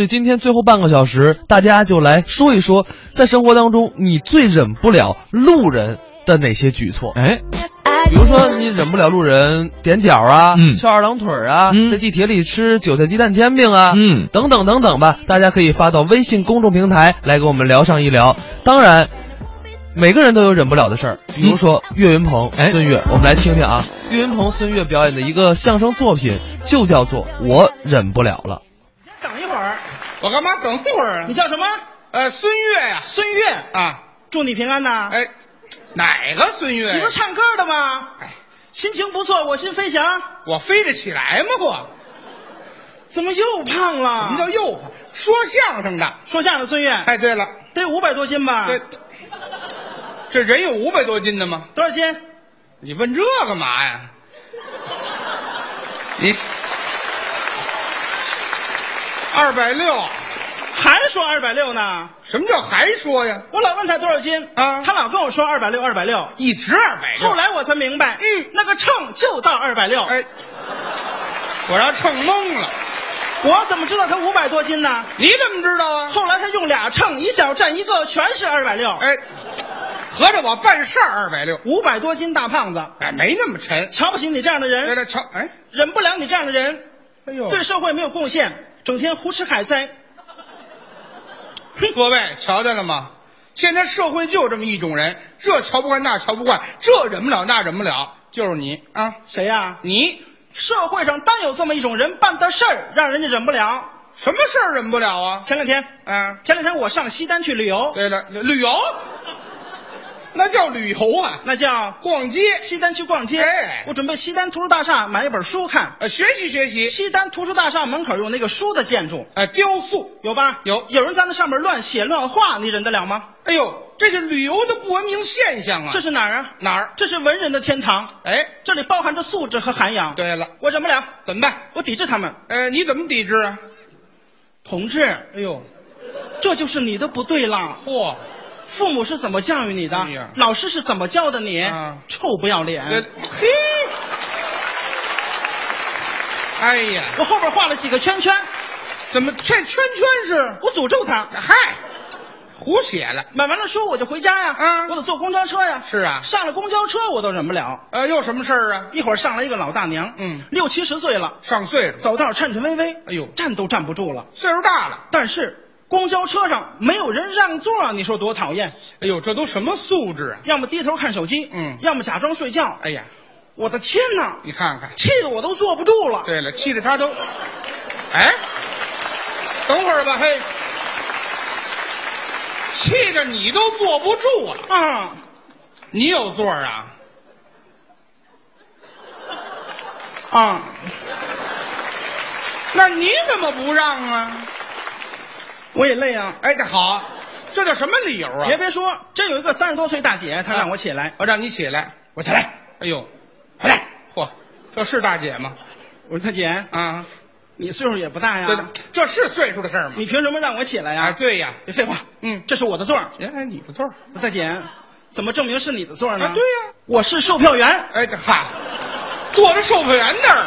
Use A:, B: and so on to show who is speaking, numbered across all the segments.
A: 所以今天最后半个小时，大家就来说一说，在生活当中你最忍不了路人的哪些举措？
B: 哎，
A: 比如说你忍不了路人踮脚啊，
B: 嗯
A: 翘二郎腿儿啊，
B: 嗯
A: 在地铁里吃韭菜鸡蛋煎饼啊，
B: 嗯，
A: 等等等等吧，大家可以发到微信公众平台来跟我们聊上一聊。当然，每个人都有忍不了的事儿，比如说岳云鹏、
B: 嗯哎
A: 孙越，我们来听听啊，岳云鹏、孙越表演的一个相声作品，就叫做《我忍不了了》。
C: 等一会儿，
D: 我干嘛等一会儿啊？
C: 你叫什么？
D: 呃孙悦呀、
C: 孙悦，
D: 啊，
C: 祝你平安呐！
D: 哎，哪个孙悦呀？
C: 你不是唱歌的吗？
D: 哎，
C: 心情不错，我心飞翔。
D: 我飞得起来吗？我
C: 怎么又胖
D: 什
C: 了？
D: 么叫又胖？说相声的。
C: 说相声的孙悦，
D: 哎，对了，
C: 得五百多斤吧？
D: 对，这人有五百多斤的吗？
C: 多少斤？
D: 你问这干嘛呀？ 你二百六，
C: 还说二百六呢？
D: 什么叫还说呀？
C: 我老问他多少斤
D: 啊
C: 他老跟我说二百六，二百六。
D: 一直二百六。
C: 后来我才明白，
D: 嗯
C: 那个秤就到二百六。
D: 哎，我让秤懵了。
C: 我怎么知道他五百多斤呢？
D: 你怎么知道啊？
C: 后来他用俩秤，一脚站一个，全是二百六。
D: 哎，合着我办事儿二百六，
C: 五百多斤大胖子，
D: 哎，没那么沉。
C: 瞧不起你这样的人
D: 哎，。这瞧，哎，
C: 忍不了你这样的人，
D: 哎呦
C: 对社会没有贡献，整天胡吃海塞。
D: 各位瞧见了吗？现在社会就这么一种人，这瞧不惯，那瞧不惯，这忍不了，那忍不了，就是你啊，
C: 谁呀、
D: 你
C: 社会上单有这么一种人，办的事儿让人家忍不了。
D: 什么事儿忍不了啊？
C: 前两天，
D: 啊，
C: 前两天我上西单去旅游，
D: 对了，旅旅游，那叫旅游啊，
C: 那叫
D: 逛街，
C: 西单去逛街。
D: 哎
C: 我准备西单图书大厦买一本书看。
D: 呃，学习学习，
C: 西单图书大厦门口有那个书的建筑，
D: 呃，雕塑，
C: 有吧？
D: 有
C: 有人在那上面乱写乱画，你忍得了吗？
D: 哎呦，这是旅游的不文明现象啊！
C: 这是哪儿啊？
D: 哪儿？
C: 这是文人的天堂，
D: 哎，
C: 这里包含着素质和涵养。，
D: 对了，
C: 我忍不了，
D: 怎么办？
C: 我抵制他们。
D: 呃，你怎么抵制啊？
C: 同志，
D: 哎呦，
C: 这就是你的不对了。
D: 嚯！
C: 父母是怎么教育你的？
D: 哎呀
C: 老师是怎么教的你？
D: 啊
C: 臭不要脸！
D: 这呃嘿，哎呀，
C: 我后边画了几个圈圈，
D: 怎么这圈圈是？
C: 我诅咒他。
D: 嗨，胡写了。
C: 买完了书我就回家呀，
D: 啊
C: 我得坐公交车呀。
D: 是啊
C: 上了公交车我都忍不了。
D: 呃，又什么事儿啊？
C: 一会儿上来一个老大娘，
D: 嗯
C: 六七十岁了，
D: 上岁数，
C: 走道颤颤巍巍，
D: 哎呦
C: 站都站不住了。
D: 岁数大了。
C: 但是公交车上没有人让座，你说多讨厌？
D: 哎呦，这都什么素质啊？
C: 要么低头看手机，
D: 嗯
C: 要么假装睡觉。
D: 哎呀，
C: 我的天哪，
D: 你看看。
C: 气得我都坐不住了。
D: 对了，气得他都……哎，等会儿吧，嘿，气得你都坐不住了。
C: 啊，
D: 你有座儿啊？
C: 啊，
D: 那你怎么不让啊？
C: 我也累啊。
D: 哎，这好，这叫什么理由啊？
C: 别别说，这有一个三十多岁大姐，她让我起来，
D: 我让你起来，我起来。哎呦，起来！嚯，这是大姐吗？
C: 我说大姐，
D: 啊，
C: 你岁数也不大
D: 对的
C: 呀，，
D: 这是岁数的事儿吗？
C: 你凭什么让我起来
D: 啊，
C: 呀？
D: 对呀，
C: 别废话，
D: 嗯
C: 这是我的座儿。
D: 哎，你不对儿。
C: 我说大姐，怎么证明是你的座儿呢？
D: 啊对呀
C: 我是售票员。
D: 哎，这哈，坐着售票员那儿，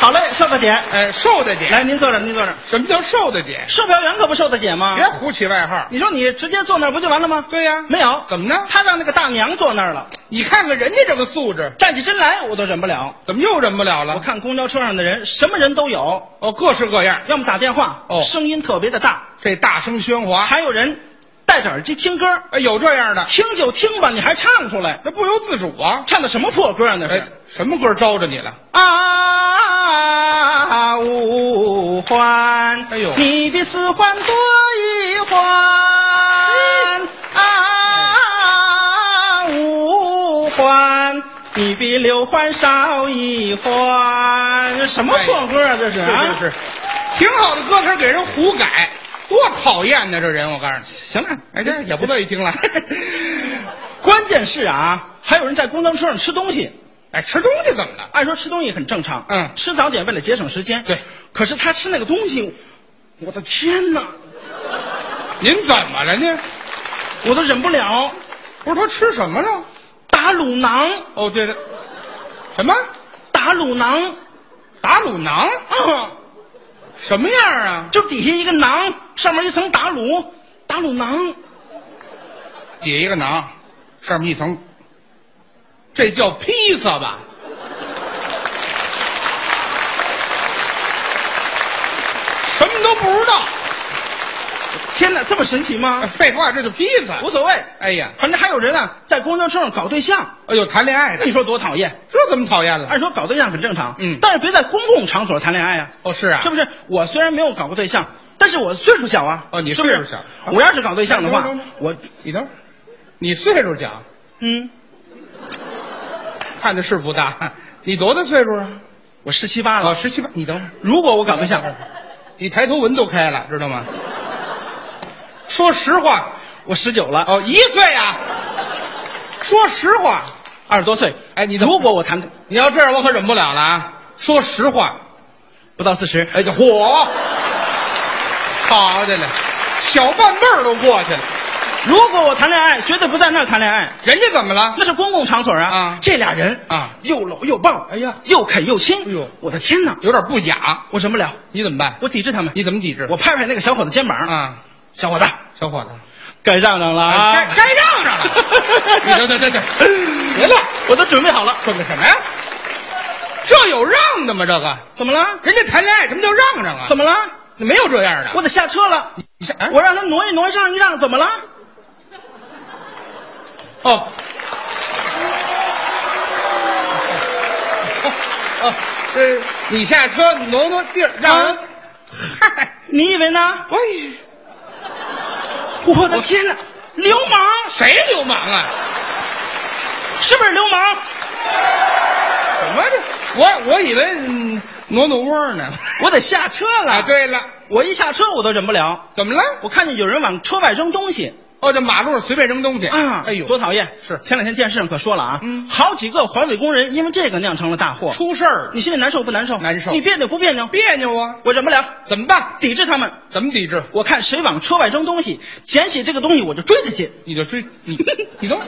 C: 好嘞，瘦大姐，
D: 哎，瘦大姐。
C: 来，，您坐这儿，您坐这儿。
D: 什么叫瘦大姐？
C: 售票员可不瘦大姐吗
D: 别？胡起外号。
C: 你说你直接坐那儿不就完了吗？
D: 对呀
C: 没有，
D: 怎么呢
C: 他让那个大娘坐那儿了，
D: 你看看人家这个素质，
C: 站起身来我都忍不了。
D: 怎么又忍不了了？
C: 我看公交车上的人，什么人都有，
D: 哦，各式各样，
C: 要么打电话，
D: 哦
C: 声音特别的大，
D: 这大声喧哗，
C: 还有人戴着耳机听歌，
D: 哎，有这样的，
C: 听就听吧，你还唱出来，
D: 那不由自主啊。
C: 唱的什么破歌啊？那
D: 哎
C: 是，
D: 什么歌招着你了？
C: 啊，五环，
D: 哎呦
C: 你比四环多一环，啊，五环，你比六环少一环，什么破歌啊？这是啊，
D: 哎是是是，挺好的歌词儿给人胡改，多讨厌呢！这人，我告诉你，
C: 行了，
D: 哎，这也不乐意听了。
C: 关键是啊，还有人在公交车上吃东西。
D: 哎，吃东西怎么了？
C: 按说吃东西很正常，
D: 嗯
C: 吃早点为了节省时间，
D: 对。
C: 可是他吃那个东西，我的天哪，
D: 您怎么了呢？
C: 我都忍不了。
D: 不是他吃什么了？
C: 打卤囊，
D: 哦，对了，什么
C: 打卤囊，
D: 打卤囊？
C: 啊，
D: 什么样啊？
C: 就底下一个囊，上面一层打卤，打卤囊，
D: 底下一个囊，上面一层，这叫披萨吧？什么都不知道，
C: 天哪，这么神奇吗？
D: 废话，这就披萨
C: 啊无。所谓，
D: 哎呀，
C: 反正还有人啊，在公交车上搞对象，
D: 哎呦，谈恋爱的
C: 你，说多讨厌？
D: 这怎么讨厌了？
C: 按说搞对象很正常，
D: 嗯
C: 但是别在公共场所谈恋爱啊，
D: 哦，是啊，
C: 是不是？我虽然没有搞过对象，但是我岁数小啊，
D: 哦你
C: 是不是
D: 岁数小
C: 我要是搞对象的话
D: 哎等等等，
C: 我
D: 你等会儿，你岁数小，
C: 嗯，
D: 看的是不大， 你多大岁数啊？
C: 我十七八
D: 啊，
C: 了，
D: 十七八。你等会儿，
C: 如果我搞对象，
D: 你抬头纹都开了，知 道吗？说实话，
C: 我十九了，
D: 哦，一岁啊。说实话，
C: 二十多岁，
D: 哎你等会儿
C: 如果我谈
D: 你要这样我可忍不了了啊！说实话，
C: 不到四十，
D: 哎，这火，好的嘞，小半辈儿都过去了，
C: 如果我谈恋爱，绝对不在那儿谈恋爱，
D: 人家怎么了？
C: 那是公共场所啊。
D: 啊
C: 这俩人
D: 啊
C: 又搂又抱，
D: 哎呀
C: 又啃又亲，
D: 哎呦
C: 我的天哪，
D: 有点不雅，
C: 我忍不了，
D: 你怎么办？
C: 我抵制他们，
D: 你怎么抵制？
C: 我拍拍那个小伙子肩膀，
D: 啊，
C: 小伙子，
D: 小伙子，
C: 该让让了啊，。
D: 哎该该让让了 你等等等等，别乱，
C: 我都准备好了，
D: 准备什么呀？哎这有让的吗？这个
C: 怎么了？
D: 人家谈恋爱什么叫让让啊？
C: 怎
D: 么
C: 么了？
D: 没有这样的？
C: 我得下车了，
D: 你下哎
C: 我让他挪一挪，让一让，怎么了？
D: 哦。哦，这你下车挪挪地儿，让人
C: 啊。
D: 嗨，哎
C: 你以为呢？
D: 喂，
C: 我的天哪，流氓
D: 谁流氓啊？
C: 是不是流氓？
D: 什么的？我我以为嗯挪挪窝呢。
C: 我得下车
D: 啊，
C: 了，，
D: 对了，
C: 我一下车我都忍不了，
D: 怎么了？
C: 我看见有人往车外扔东西。
D: 哦，这马路上随便扔东西
C: 啊，
D: 哎呦，
C: 多讨厌！
D: 是
C: 前两天电视上可说了啊，
D: 嗯
C: 好几个环卫工人因为这个酿成了大祸，
D: 出事儿了，
C: 你心里难受不难受？
D: 难受
C: 你别扭不别扭？
D: 别扭啊！
C: 我忍不了，
D: 怎么办？
C: 抵制他们。
D: 怎么抵制？
C: 我看谁往车外扔东西，捡起这个东西我就追他去。
D: 你就追 你，你都，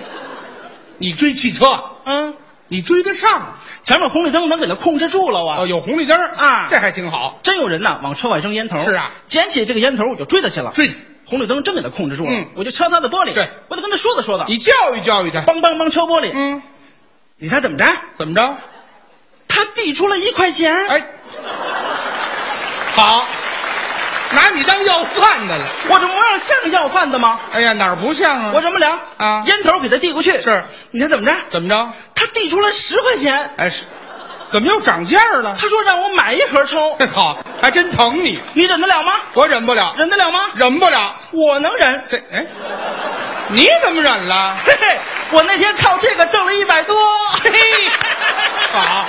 D: 你追汽车，
C: 嗯，
D: 你追得上
C: 前面红绿灯能给他控制住了啊。
D: 哦，有红绿灯儿
C: 啊
D: 这还挺好。
C: 真有人呐，往车外扔烟头。
D: 是啊，
C: 捡起这个烟头我就追他去了。
D: 追，
C: 红绿灯真给他控制住了，
D: 嗯
C: 我就敲他的玻璃。
D: 对，
C: 我得跟他说道说道。
D: 你教育教育他。
C: 梆梆梆敲玻璃，
D: 嗯，
C: 你猜怎么着？
D: 怎么着？
C: 他递出了一块钱。
D: 哎，好，拿你当要饭的了。
C: 我这模样像个要饭的吗？
D: 哎呀，哪儿不像啊？
C: 我忍不了
D: 啊
C: 烟头给他递过去。
D: 是，
C: 你猜怎么着？
D: 怎么着？
C: 他递出了十块钱，
D: 哎，是，怎么又涨价了？
C: 他说让我买一盒抽，
D: 好，还真疼你，
C: 你忍得了吗？
D: 我忍不了，
C: 忍得了吗？
D: 忍不了。
C: 我能忍。
D: 这哎，你怎么忍了？
C: 嘿嘿，我那天靠这个挣了一百多。嘿嘿，
D: 好，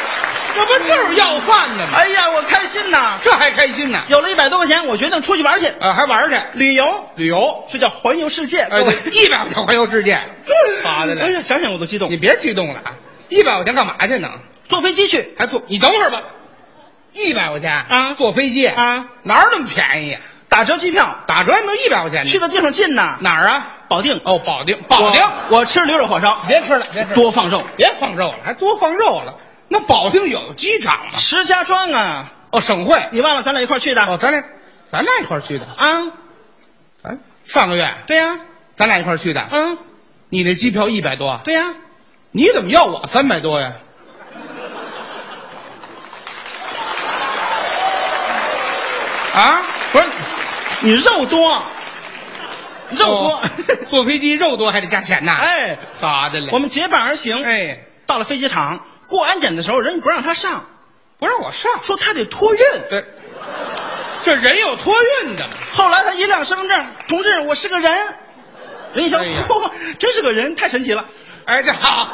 D: 这不就是要饭的吗？
C: 哎呀，我开心呐！
D: 这还开心呢，
C: 有了一百多块钱，我决定出去玩去，
D: 啊，还玩去
C: 旅游，
D: 旅游，
C: 这叫环游世界。
D: 哎，
C: 各位
D: 对，一百块钱环游 世界， 好的
C: 哎呀，
D: 嘞，
C: 想想我都激动
D: 你。别激动了啊，一百块钱干嘛去呢？
C: 坐飞机去
D: 还坐？你等会儿吧，一百块钱
C: 啊
D: 坐飞机，
C: 啊，
D: 哪有那么便宜啊？
C: 打折机票，
D: 打折也没有一百块钱呢
C: 去的地方近呐。
D: 哪儿啊？
C: 保定，
D: 哦，保定，哎保定，
C: 我，我吃驴肉火烧，
D: 别吃了，别吃了，
C: 多放肉。
D: 别放肉了，还多放肉了。那保定有机场吗？
C: 石家庄啊，
D: 哦，省会。
C: 你忘了咱俩一块儿去的？
D: 哦，咱俩，咱俩一块儿去的。
C: 啊，
D: 咱哎上个月
C: 对呀、
D: 咱俩一块儿去的。
C: 嗯，
D: 你那机票一百多，
C: 对呀、
D: 你怎么要我三百多 呀？啊，不是
C: 你肉多，肉多，
D: 哦坐飞机肉多还得加钱呐。，
C: 哎，
D: 好的嘞。
C: 我们结伴而行。
D: 哎，
C: 到了飞机场过安检的时候，人家不让他上，
D: 不让我上。
C: 说他得托运。
D: 对， 这人有托运的吗？
C: 后来他一亮身份证，同志，我是个人。人家
D: 哎呀
C: 想，嚯、 真是个人，太神奇了，
D: 哎，这 好，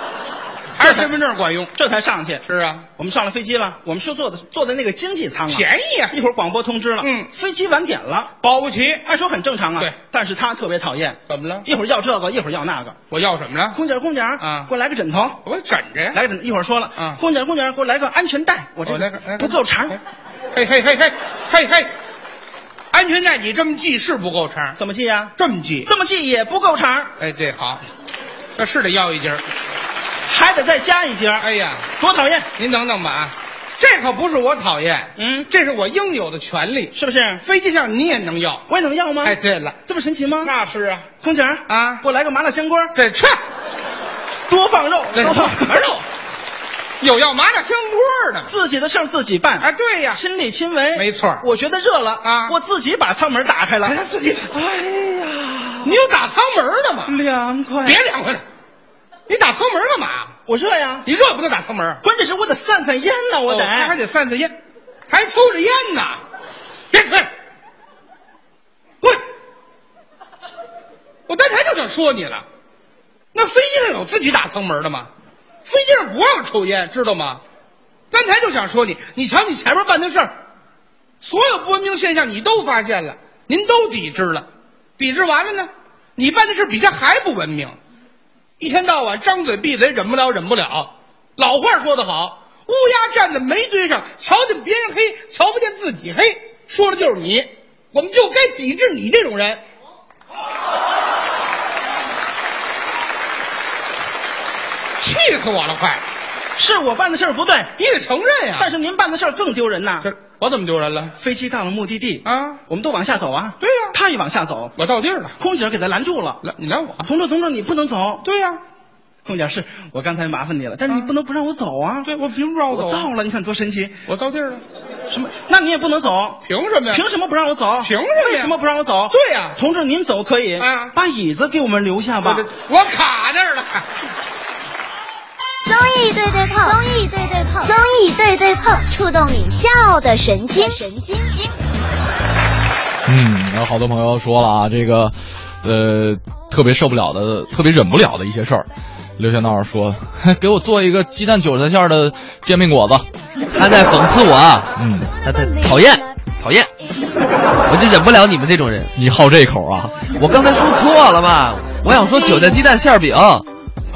D: 还是身份证管用。
C: 这才上去。
D: 是啊，
C: 我们上了飞机了，我们是坐的坐在那个经济舱啊，
D: 便宜呀、
C: 一会儿广播通知了，
D: 嗯
C: 飞机晚点了，
D: 保不齐。
C: 按说很正常啊。
D: 对，
C: 但是他特别讨厌，
D: 怎么了？
C: 一会儿要这个，一会儿要那个。
D: 我要什么了？
C: 空姐，空姐，
D: 啊
C: 给我来个枕头，
D: 我枕着呀。
C: 来个枕头。一会儿说了，
D: 啊
C: 空姐，空姐，给我来个安全带，我这
D: 哦来个来个
C: 不够长，
D: 嘿嘿嘿嘿嘿嘿，安全带你这么系是不够长，
C: 怎么系呀、
D: 这么系，
C: 这么系也不够长，
D: 哎，对，好，这是得要一截儿。
C: 还得再加一截儿，
D: 哎呀，
C: 多讨厌！
D: 您等等吧啊，这可不是我讨厌，
C: 嗯，
D: 这是我应有的权利。
C: 是不是？
D: 飞机上你也能要？
C: 我也能要吗？
D: 哎，，对了，
C: 这么神奇吗？
D: 那是啊，
C: 空姐儿
D: 啊
C: 给我来个麻辣香锅，
D: 这去，
C: 多放肉，
D: 这
C: 多
D: 什
C: 放
D: 么肉？有要麻辣香锅的。
C: 自己的事儿自己办
D: 啊，对呀，
C: 亲力亲为，
D: 没错儿
C: 我觉得热了
D: 啊
C: 我自己把舱门打开了，
D: 哎自己
C: 哎呀，
D: 你有打舱门的
C: 嗯
D: 吗？
C: 凉快，
D: 别凉快了，你打舱门干嘛？啊
C: 我热呀，
D: 你热不能打舱门，
C: 关键是我得散散烟呢，我得，
D: 哦还得散散烟，还抽着烟呢，别吹，滚！我刚才就想说你了，那飞机上有自己打舱门的吗？飞机上不让抽烟，知道吗？刚才就想说你，你瞧你前面办的事儿，所有不文明现象你都发现了，您都抵制了，抵制完了呢，你办的事比这还不文明，一天到晚张嘴闭嘴，忍不了忍不了。老话说得好，乌鸦站在煤堆上，瞧见别人黑，瞧不见自己黑，说的就是你。我们就该抵制你这种人。气死我了！快，
C: 是我办的事儿不对，
D: 你得承认呀、
C: 但是您办的事儿更丢人呐。
D: 这我怎么丢人了？
C: 飞机到了目的地，
D: 啊，
C: 我们都往下走啊，
D: 对呀
C: 他一往下走，
D: 我到地儿了。
C: 空姐儿给他拦住了，
D: 来，你来我。啊
C: 同志同志，你不能走，
D: 对呀、
C: 空姐儿是我刚才麻烦你了，但是你
D: 啊
C: 不能不让我走啊，
D: 对，我凭什么让我
C: 我
D: 走？
C: 到，了，你看多神奇，
D: 我到地儿了。
C: 什么？那你也不能走，
D: 凭什么呀？
C: 凭什么不让我走？
D: 凭什么呀
C: 为什么不让我走？
D: 对呀
C: 同志您走可以，
D: 啊
C: 把椅子给我们留下
D: 我
C: 吧。
D: 这我卡那 儿了。
B: 综艺对对碰，综艺对对碰，综艺对对碰，触动你笑的神经，神经经。
E: 嗯，有好多朋友说了啊，这个，呃，特别受不了的，特别忍不了的一些事儿。刘小闹说：“ 给我做一个鸡蛋韭菜馅儿的煎饼果子。
A: 他在讽刺我啊，
E: 嗯，
A: 他在讨厌，讨厌，我就忍不了你们这种人。
E: 你好这口啊？
A: 我刚才说错了吧？我想说韭菜鸡蛋馅儿饼，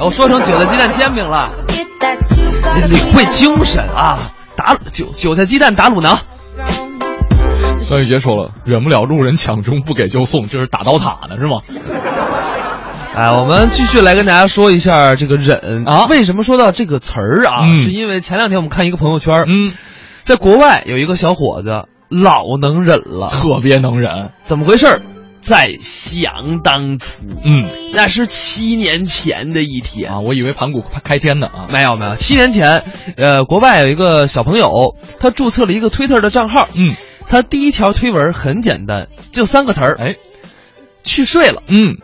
A: 我说成韭菜鸡蛋煎饼了。你领会精神啊！打韭韭菜鸡蛋打卤囊，
E: 段宇杰说了，忍不了路人抢中不给就送，这是打刀塔呢是吗？
A: 哎，我们继续来跟大家说一下这个忍
E: 啊
A: 为什么说到这个词儿啊？
E: 嗯
A: 是因为前两天我们看一个朋友圈，
E: 嗯，
A: 在国外有一个小伙子老能忍了，
E: 特别能忍。
A: 怎么回事儿？在想当初，
E: 嗯
A: 那是七年前的一天。
E: 啊，我以为盘古开天呢啊。
A: 没有没有，七年前，呃，国外有一个小朋友，他注册了一个 Twitter 的账号，
E: 嗯，
A: 他第一条推文很简单，就三个词儿，
E: 哎，
A: 去睡了。
E: 嗯，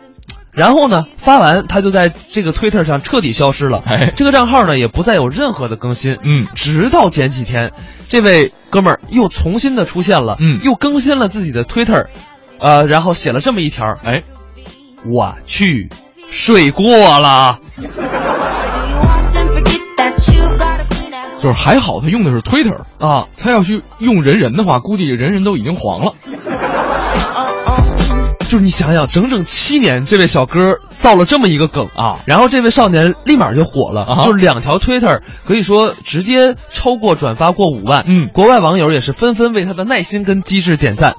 A: 然后呢，发完他就在这个 Twitter 上彻底消失了，
E: 哎
A: 这个账号呢也不再有任何的更新，
E: 嗯
A: 直到前几天，这位哥们儿又重新的出现了，
E: 嗯
A: 又更新了自己的 Twitter，呃，然后写了这么一条，
E: 哎，
A: 我去，睡过了。
E: 就是还好他用的是 Twitter，
A: 啊，
E: 他要去用人人的话，估计人人都已经黄了。
A: 就是你想想，整整七年，这位小哥造了这么一个梗
E: 啊
A: 然后这位少年立马就火了，
E: 啊
A: 就是两条 Twitter 可以说直接超过转发过五万，
E: 嗯
A: 国外网友也是纷纷为他的耐心跟机智点赞，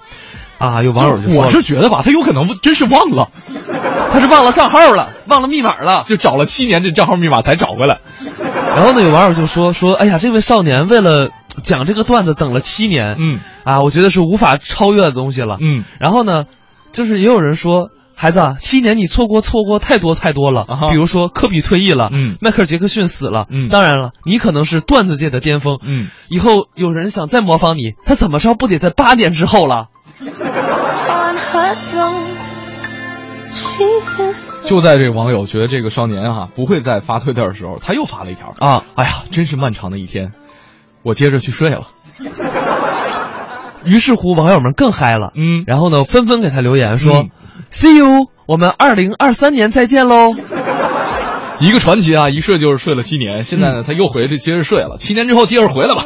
A: 啊，有网友就说
E: 我
A: 了
E: 是觉得吧，他有可能真是忘了，
A: 他是忘了账号了，忘了密码了，
E: 就找了七年这账号密码才找回来。
A: 然后呢，有网友就说说，哎呀，这位少年为了讲这个段子等了七年，
E: 嗯
A: 啊，我觉得是无法超越的东西了，
E: 嗯，
A: 然后呢，就是也有人说，孩子啊，七年你错过错过太多太多了，
E: 啊哈
A: 比如说科比退役了，
E: 嗯
A: 迈克尔杰克逊死了，
E: 嗯
A: 当然了，你可能是段子界的巅峰，
E: 嗯，
A: 以后有人想再模仿你，他怎么着不得在八年之后了？
E: 就在这网友觉得这个少年哈、不会再发推特的时候，他又发了一条
A: 啊，
E: 哎呀，真是漫长的一天，我接着去睡了。
A: 于是乎，网友们更嗨了，
E: 嗯
A: 然后呢，纷纷给他留言说、
E: 嗯
A: s e e you，我们二零二三年再见喽。
E: 一个传奇啊，一睡就是睡了七年，现在
A: 嗯
E: 呢他又回去接着睡了，七年之后接着回来吧。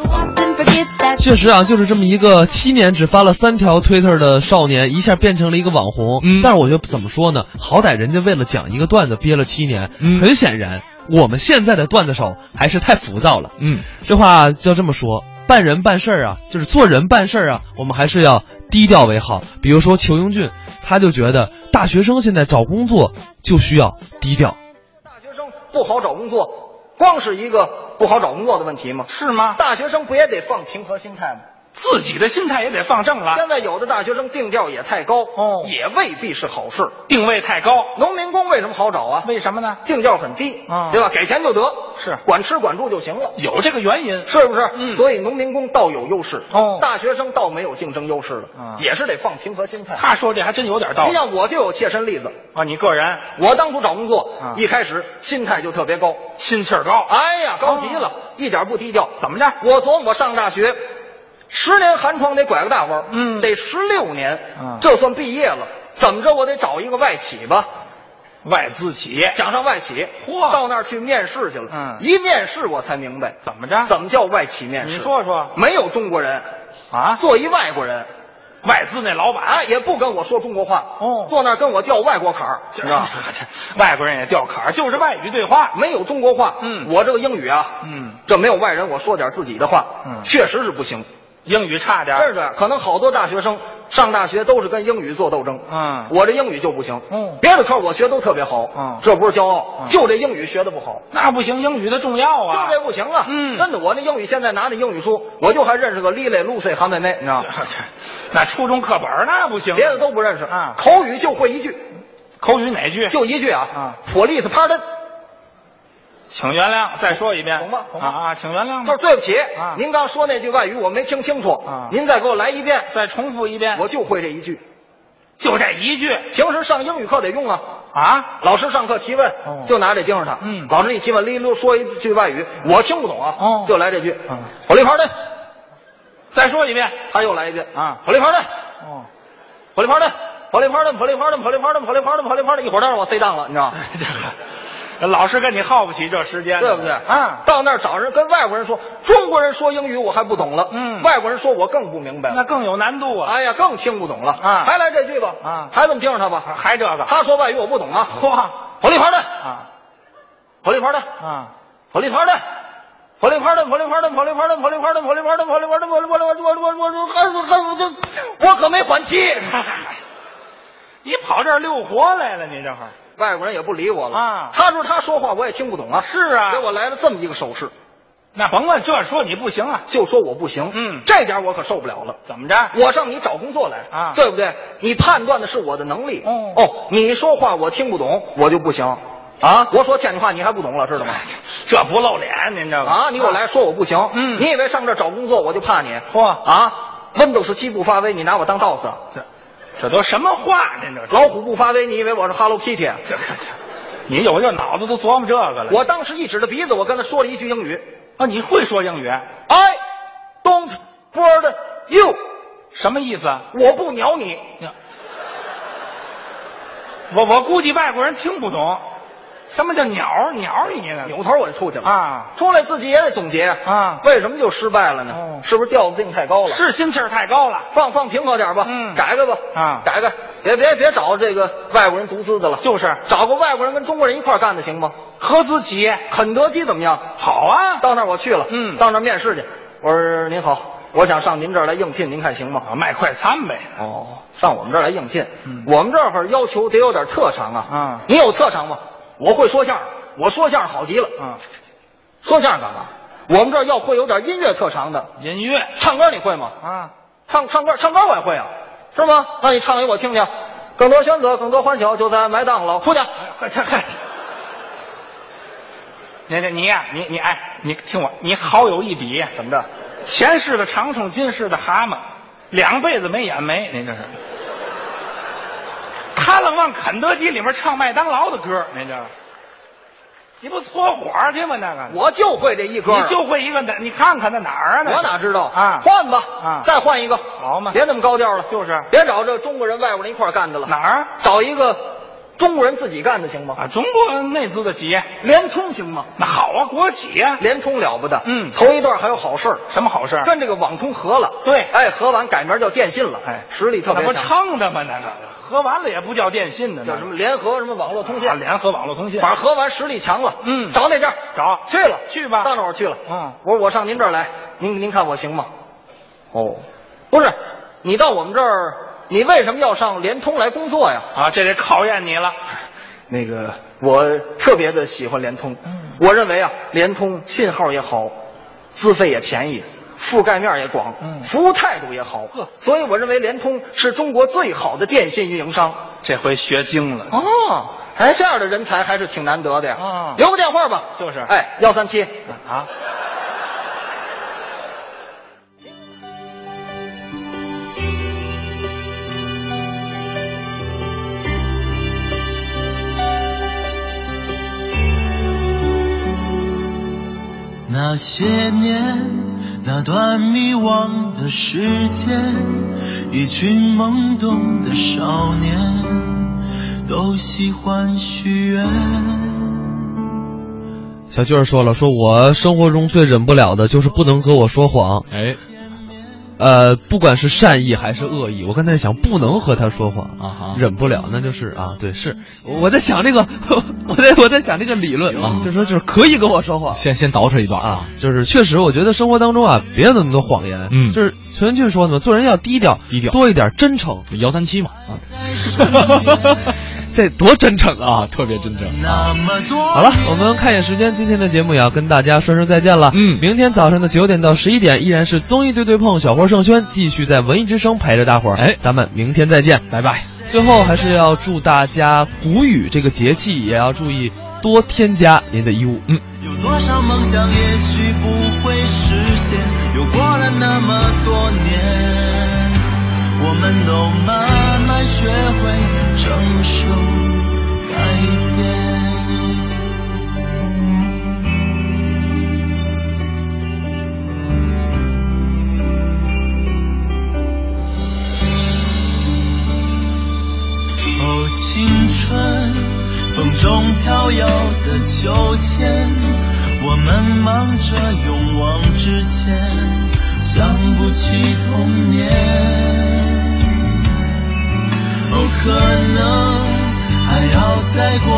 A: 确实啊，就是这么一个七年只发了三条 Twitter 的少年，一下变成了一个网红。
E: 嗯
A: 但是我觉得怎么说呢？好歹人家为了讲一个段子憋了七年。
E: 嗯
A: 很显然，我们现在的段子手还是太浮躁了。
E: 嗯，
A: 这话就这么说，办人办事儿啊，就是做人办事儿啊，我们还是要低调为好。比如说裘英俊，他就觉得大学生现在找工作就需要低调。
F: 大学生不好找工作，光是一个不好找工作的问题吗？
C: 是吗？
F: 大学生不也得放平和心态吗？
C: 自己的心态也得放正了，
F: 现在有的大学生定调也太高，
C: 啊哦
F: 也未必是好事。
C: 定位太高，
F: 农民工为什么好找啊？
C: 为什么呢？
F: 定调很低，
C: 啊
F: 对吧？给钱就得，
C: 是
F: 管吃管住就行了。
C: 有这个原因，
F: 是不是？
C: 嗯
F: 所以农民工倒有优势，
C: 哦
F: 大学生倒没有竞争优势了，
C: 啊
F: 也是得放平和心态。
C: 他说这还真有点道
F: 您
C: 理
F: 像我就有切身例子，
C: 啊。你个人
F: 我当初找工作，
C: 啊
F: 一开始心态就特别高，
C: 心气儿高，哦
F: 哎呀，高级了，一点不低调。
C: 怎么着
F: 我琢磨我上大学，十年寒窗得拐个大弯儿，
C: 嗯
F: 得十六年，
C: 啊
F: 这算毕业了。怎么着，我得找一个外企吧，
C: 外资企业
F: 想上外企，
C: 嚯
F: 到那儿去面试去了。
C: 嗯
F: 一面试我才明白
C: 怎么着？
F: 怎么叫外企面试。
C: 你说说
F: 没有中国人，
C: 啊？
F: 做一外国人，
C: 外资那老板，
F: 啊，也不跟我说中国话，
C: 哦
F: 坐那儿跟我掉外国坎儿，你
C: 这
F: 知道吗？
C: 这外国人也掉坎儿，就是外语对话。
F: 没有中国话，
C: 嗯
F: 我这个英语啊，
C: 嗯，
F: 这没有外人，我说点自己的话，
C: 嗯
F: 确实是不行，
C: 英语差点儿，
F: 是这样。可能好多大学生上大学都是跟英语做斗争，
C: 嗯
F: 我这英语就不行，
C: 嗯
F: 别的科我学都特别好，
C: 嗯
F: 这不是骄傲，
C: 嗯
F: 就这英语学的不好，
C: 那不行，英语的重要
F: 就
C: 啊。
F: 这不行啊，
C: 嗯
F: 真的，我那英语现在拿那英语书，我就还认识个 Lily、Lucy、韩妹妹，你知道吗？
C: 那初中课本儿那不行，
F: 别的都不认识
C: 啊
F: 口语就会一句，
C: 口语哪句？
F: 就一句啊
C: 啊
F: ，police pardon，
C: 请原谅，再说一遍，
F: 懂吗懂吗
C: 啊啊，请原谅吧，
F: 就是对不起
C: 啊，
F: 您刚说那句外语我没听清楚
C: 啊，
F: 您再给我来一遍，
C: 再重复一遍，
F: 我就会这一句。
C: 就这一句
F: 平时上英语课得用啊，
C: 啊。
F: 老师上课提问
C: 哦
F: 就拿这盯着他，
C: 嗯
F: 老师一提问，哩噜说一句外语，我听不懂啊
C: 哦，
F: 就来这句
C: 嗯，
F: 火力炮队，
C: 再说一遍，
F: 他又来一遍
C: 啊
F: 火力炮队，
C: 哦，
F: 火力炮队。跑力炮队，跑力炮队，跑力炮队，跑力炮队，跑力炮队，一会儿让我塞档了，你知道吗？
C: 老师跟你耗不起这时间呢，
F: 对不对？
C: 啊，
F: 到那儿找人跟外国人说，中国人说英语我还不懂了，
C: 嗯
F: 外国人说我更不明白了，
C: 那更有难度啊。
F: 哎呀，更听不懂了
C: 啊
F: 还来这句吧
C: 啊哦
F: 还这么盯着他吧？
C: 还这 个，
F: 他说外语我不懂啊！
C: 哇
F: 火力炮弹，
C: 啊
F: 火力炮弹，
C: 啊，
F: 火力炮弹，火力炮弹，火力炮弹，火力炮弹，火力炮弹，火力炮弹，火力炮弹，火力炮弹，我我我我我恨死恨死这，我可没缓气。
C: 你跑这儿溜活来了，你这会儿
F: 外国人也不理我了
C: 啊
F: 他说他说话我也听不懂啊，
C: 是啊
F: 给我来了这么一个手势，
C: 那甭问这说你不行啊，
F: 就说我不行，
C: 嗯
F: 这点我可受不了了。
C: 怎么着？
F: 我上你找工作来
C: 啊
F: 对不对？你判断的是我的能力。
C: 哦
F: 哦，你说话我听不懂，我就不行啊！我说天津话你还不懂了，知道吗？
C: 这不露脸，您这个
F: 啊，你给我来说我不行，
C: 嗯
F: 你以为上这找工作我就怕你？
C: 嚯
F: 啊，Windows 七不发威，你拿我当 DOS；
C: 这这都什么话？您这
F: 老虎不发威，你以为我是 Hello Kitty？
C: 这这，你有这脑子都琢磨这个了。
F: 我当时一指着鼻子，我跟他说了一句英语
C: 啊，你会说英语？
F: ：I don't board you，
C: 什么意思？啊？
F: 我不鸟你。
C: 我我估计外国人听不懂，什么叫鸟鸟你呢？
F: 扭头我就出去了
C: 啊！
F: 出来自己也得总结
C: 啊
F: 为什么就失败了呢？
C: 哦
F: 是不是调定太高了？
C: 是心气儿太高了，
F: 放放平和点吧，
C: 嗯
F: 改改吧，
C: 啊
F: 改改，别别别找这个外国人独资的了，
C: 就是
F: 找个外国人跟中国人一块儿干的行吗？
C: 合资企业
F: 肯德基怎么样？
C: 好啊，
F: 到那儿我去了，
C: 嗯
F: 到那儿面试去。我说您好，我想上您这儿来应聘，您看行吗？
C: 啊卖快餐呗。
F: 哦，上我们这儿来应聘，
C: 嗯
F: 我们这会儿要求得有点特长啊。
C: 啊
F: 你有特长吗？我会说相声，我说相声好极了。
C: 啊，
F: 说相声干嘛？我们这儿要会有点音乐特长的，
C: 音乐
F: 唱歌你会吗？
C: 啊，
F: 唱唱歌，唱歌我也会啊，是吗？那你唱一我听听。更多选择，更多欢笑，就在麦当
C: 哎
F: 劳。出去，
C: 这这。你你你呀、你你哎，你听我，你好有一比，
F: 怎么着？
C: 前世的长虫，今世的蛤蟆，两辈子没眼眉，您这是。他愣往肯德基里面唱麦当劳的歌，您这，你不搓火去吗？那个，
F: 我就会这一歌啊。
C: 你就会一个，你看看那哪儿啊？那是
F: 我哪知道
C: 啊？
F: 换吧，
C: 啊
F: 再换一个，
C: 好嘛
F: 别那么高调了，
C: 就是
F: 别找这中国人、外国人一块儿干的了，
C: 哪儿
F: 找一个中国人自己干的行吗？
C: 啊？中国内资的企业，
F: 联通行吗？
C: 那好啊，国企呀、
F: 联通了不得，
C: 嗯
F: 头一段还有好事儿，
C: 什么好事儿？
F: 跟这个网通合了，
C: 对
F: 哎，合完改名叫电信了，
C: 哎，
F: 实力特别
C: 那不
F: 强，
C: 撑的吗？那个合完了也不叫电信的，那
F: 叫
C: 个
F: 什么联合什么网络通信
C: 啊，联合网络通信，
F: 反正合完实力强了，
C: 嗯
F: 找那家
C: 找
F: 去了，
C: 去吧
F: 到那我去了，
C: 嗯
F: 我说我上您这儿来，您您看我行吗？哦，不是，你到我们这儿，你为什么要上联通来工作呀？
C: 啊，这得考验你了。
F: 那个我特别的喜欢联通，
G: 嗯
F: 我认为啊，联通信号也好，资费也便宜，覆盖面也广，
G: 嗯
F: 服务态度也好，所以我认为联通是中国最好的电信运营商。
G: 这回学精了。
F: 哦，哎，这样的人才还是挺难得的呀。
G: 啊
F: 留个电话吧。
G: 就是
F: 哎，幺三七。
G: 啊，
H: 那些年，那段迷惘的时间，一群懵懂的少年，都喜欢许愿。
A: 小俊儿说了，说我生活中最忍不了的就是不能和我说谎。
E: 哎，
A: 呃，不管是善意还是恶意，我刚才想不能和他说谎
E: 啊哈
A: 忍不了，那就是啊，对，是我我在想这个， 我在我在想这个理论啊，就说就是可以跟我说谎
E: 先先倒饬一段
A: 啊，就是确实，我觉得生活当中啊，别有那么多谎言，
E: 嗯
A: 就是陈文俊说的嘛，做人要低调，
E: 低调
A: 多一点真诚，
E: 幺三七嘛啊
A: 这多真诚啊！
E: 啊，特别真诚。
H: 那么多
A: 好了，我们看一眼时间，今天的节目也要跟大家说声再见了。
E: 嗯
A: 明天早上的九点到十一点，依然是综艺对对碰，小霍盛轩继续在文艺之声陪着大伙儿。
E: 哎
A: 咱们明天再见，拜拜。最后还是要祝大家谷雨这个节气也要注意多添加您的衣物。嗯。
H: 有多少梦想也许不会实现，又过了那么多年，我们都慢慢学会承受改变。哦，青春，风中飘摇的秋千，我们忙着勇往直前，想不起童年。哦，可能还要再过